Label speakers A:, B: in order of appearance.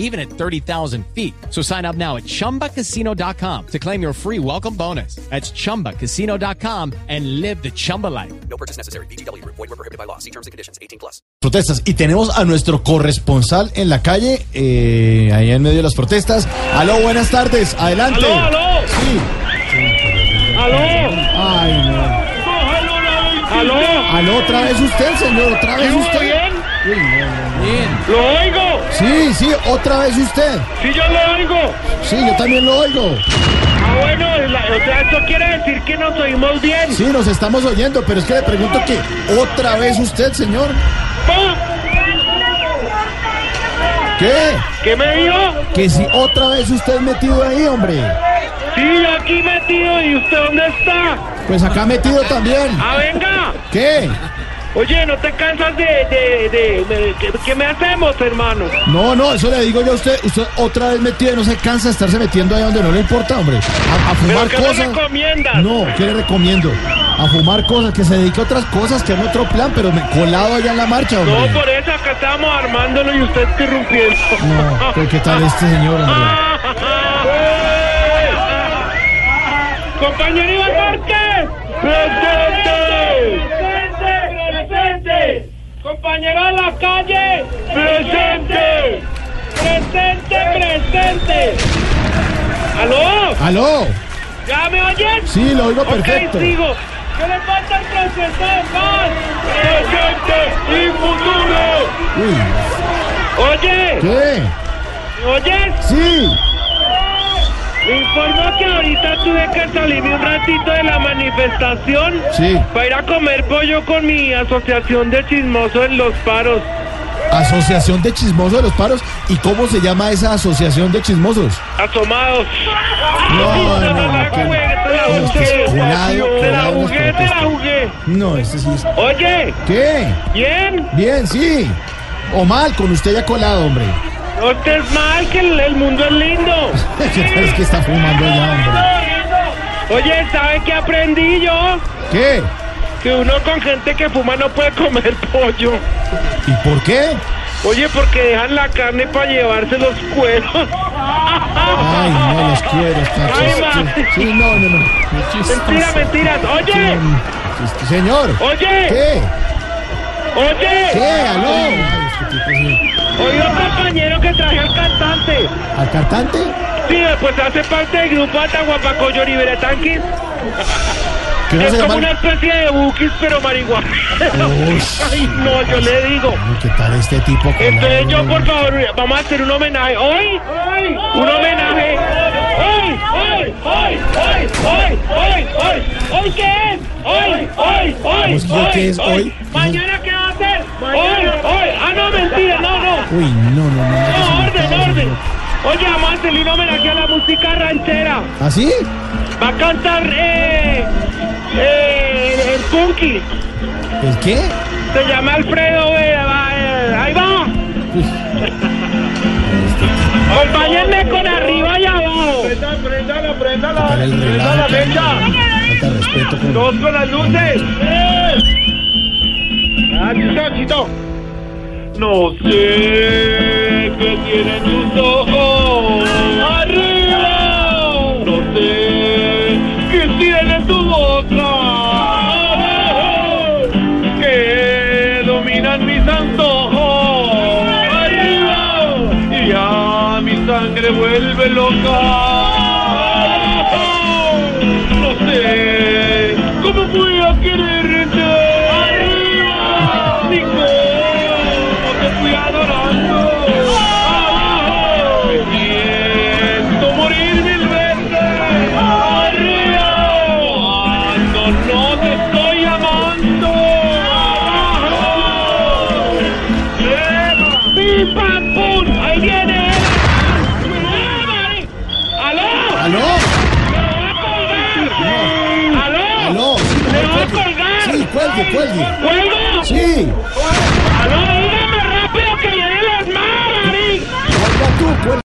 A: even at 30,000 feet. So sign up now at ChumbaCasino.com to claim your free welcome bonus. That's ChumbaCasino.com and live the Chumba life.
B: No purchase necessary. BGW. Void were prohibited by law. See terms and conditions. 18 plus.
C: protestas. Y tenemos a nuestro corresponsal en la calle, eh, ahí en medio de las protestas. Aló, buenas tardes, adelante.
D: ¡Aló, aló!
C: Sí.
D: ¡Aló!
C: Ay, no.
D: ¡Aló!
C: Aló, otra vez usted, señor, otra vez
D: ¿Estuvo
C: usted.
D: bien?
C: Uy, no, no, no.
D: ¡Lo oigo!
C: Sí, sí, otra vez usted.
D: ¡Sí, yo lo oigo!
C: Sí, yo también lo oigo.
D: Ah, bueno, la- o sea, eso quiere decir que nos oímos bien.
C: Sí, nos estamos oyendo, pero es que le pregunto que otra vez usted, señor.
D: ¡Pum!
C: ¿Qué?
D: ¿Qué me dijo?
C: Que si otra vez usted metido ahí, hombre.
D: Sí, yo aquí metido. ¿Y usted dónde está?
C: Pues acá metido también.
D: ¡Ah, venga!
C: ¿Qué?
D: Oye, ¿no te cansas de... de, de, me- ¿qué, qué me hacemos, hermano?
C: No, no, eso le digo yo a usted. Usted otra vez metido y no se cansa de estarse metiendo ahí donde no le importa, hombre. A, a
D: ¿Pero
C: fumar
D: qué me
C: cosas.
D: recomiendas?
C: No, ¿qué le recomiendo? A fumar cosas, que se dedique a otras cosas, que haga otro plan, pero me colado allá en la marcha,
D: No, pues,
C: hombre.
D: por eso acá estamos armándolo y usted interrumpiendo.
C: No, pero ¿qué tal este señor,
D: Ah.
C: hombre?
D: ¡Compañero Iván Márquez! ¡Presente! ¡Presente! ¡Presente! ¡Compañero de la calle! ¡Presente! ¡Presente! ¡Presente! ¡Aló!
C: ¿Aló?
D: ¿Ya me oyen?
C: Sí, lo oigo perfecto.
D: Ok, sigo. ¿Qué le falta al proceso de paz? ¡Presente y futuro!
C: Uy,
D: Oye,
C: ¿qué?
D: oye,
C: Sí.
D: me informo que ahorita tuve que salirme un ratito de la manifestación
C: Sí.
D: para ir a comer pollo con mi asociación de chismosos en los paros.
C: Asociación de Chismosos de los Paros. ¿Y cómo se llama esa asociación de chismosos?
D: Asomados.
C: No,
D: Te
C: no,
D: la
C: no,
D: jugué, te la
C: no,
D: jugué.
C: este es colado,
D: Te la
C: colado en las
D: jugué, te la
C: protestas.
D: jugué.
C: No, este sí es.
D: Oye,
C: ¿Qué?
D: ¿quién?
C: Bien, sí. O mal, con usted ya colado, hombre.
D: No estés mal, que el, el mundo es lindo.
C: ¿Qué tal es que está fumando allá, hombre?
D: Oye, ¿sabes qué aprendí yo?
C: ¿Qué?
D: Que uno con gente que fuma no puede comer pollo.
C: ¿Y por qué?
D: Oye, porque dejan la carne para llevarse los cueros.
C: Ay, no los quiero, está
D: Ay,
C: chis-
D: ma.
C: chis- Sí, no, no, no.
D: Mentira, mentiras. Oye,
C: Este, Señor,
D: oye,
C: ¿qué? ¿Qué?
D: oye.
C: ¿Aló? Ay, este tipo, sí.
D: Oye, un compañero que traje al cantante.
C: ¿Al cantante?
D: Sí, pues hace parte del grupo Atahuapacoyo Liberetanquis.
C: ¿Qué no
D: Es
C: se
D: como
C: llama?
D: una especie de buquis, pero marihuana.
C: Ush.
D: Ay, no, yo le digo.
C: Uy, ¿Qué tal este tipo?
D: Entonces
C: colado,
D: yo, por
C: hombre?
D: favor, vamos a hacer un homenaje hoy. Un homenaje. Hoy, hoy, hoy, hoy, hoy, hoy, hoy. ¿Hoy qué es? Hoy, hoy, hoy.
C: ¿Cómo es que qué es hoy?
D: ¿Mañana qué va a ser? Hoy, hoy. Ah, no, mentira, no, no.
C: Uy, no, no, no. no,
D: No,
C: no,
D: orden,
C: no, no,
D: orden.
C: no.
D: Oye, vamos a hacerle un homenaje a la música ranchera.
C: ¿Ah, sí?
D: Va a cantar eh, eh, el Punky.
C: ¿El qué?
D: Se llama Alfredo Vera, va, eh, ahí va. Acompáñenme con arriba y abajo.
C: Para el relajo. que- Falta de respeto. pues. con-
D: Todos con las luces. Ah, chito, chito. No sé qué tienen tus ojos. Arriba. No sé qué tiene tu boca. Abajo. Que dominan mis antojos. Arriba. Y a mi sangre vuelve loca. Abajo. No sé cómo voy a quererte. Arriba. Ni cómo te fui adorando. Abajo. Me siento morir mil veces. Arriba. Cuando no te estoy amando. Abajo. Eva. ¡Pim, pam, pum! ¡Ahí viene! ¡Aló!
C: ¿Aló?
D: ¡Aló!
C: ¿Aló? Sí,
D: ¡Me
C: por
D: va a
C: favor, cuelgue. Sí, cuelgue,
D: colgar!
C: cuelgue.
D: ¡Cuelgo!
C: Sí.
D: League.
C: Cuelga tú, cuelga.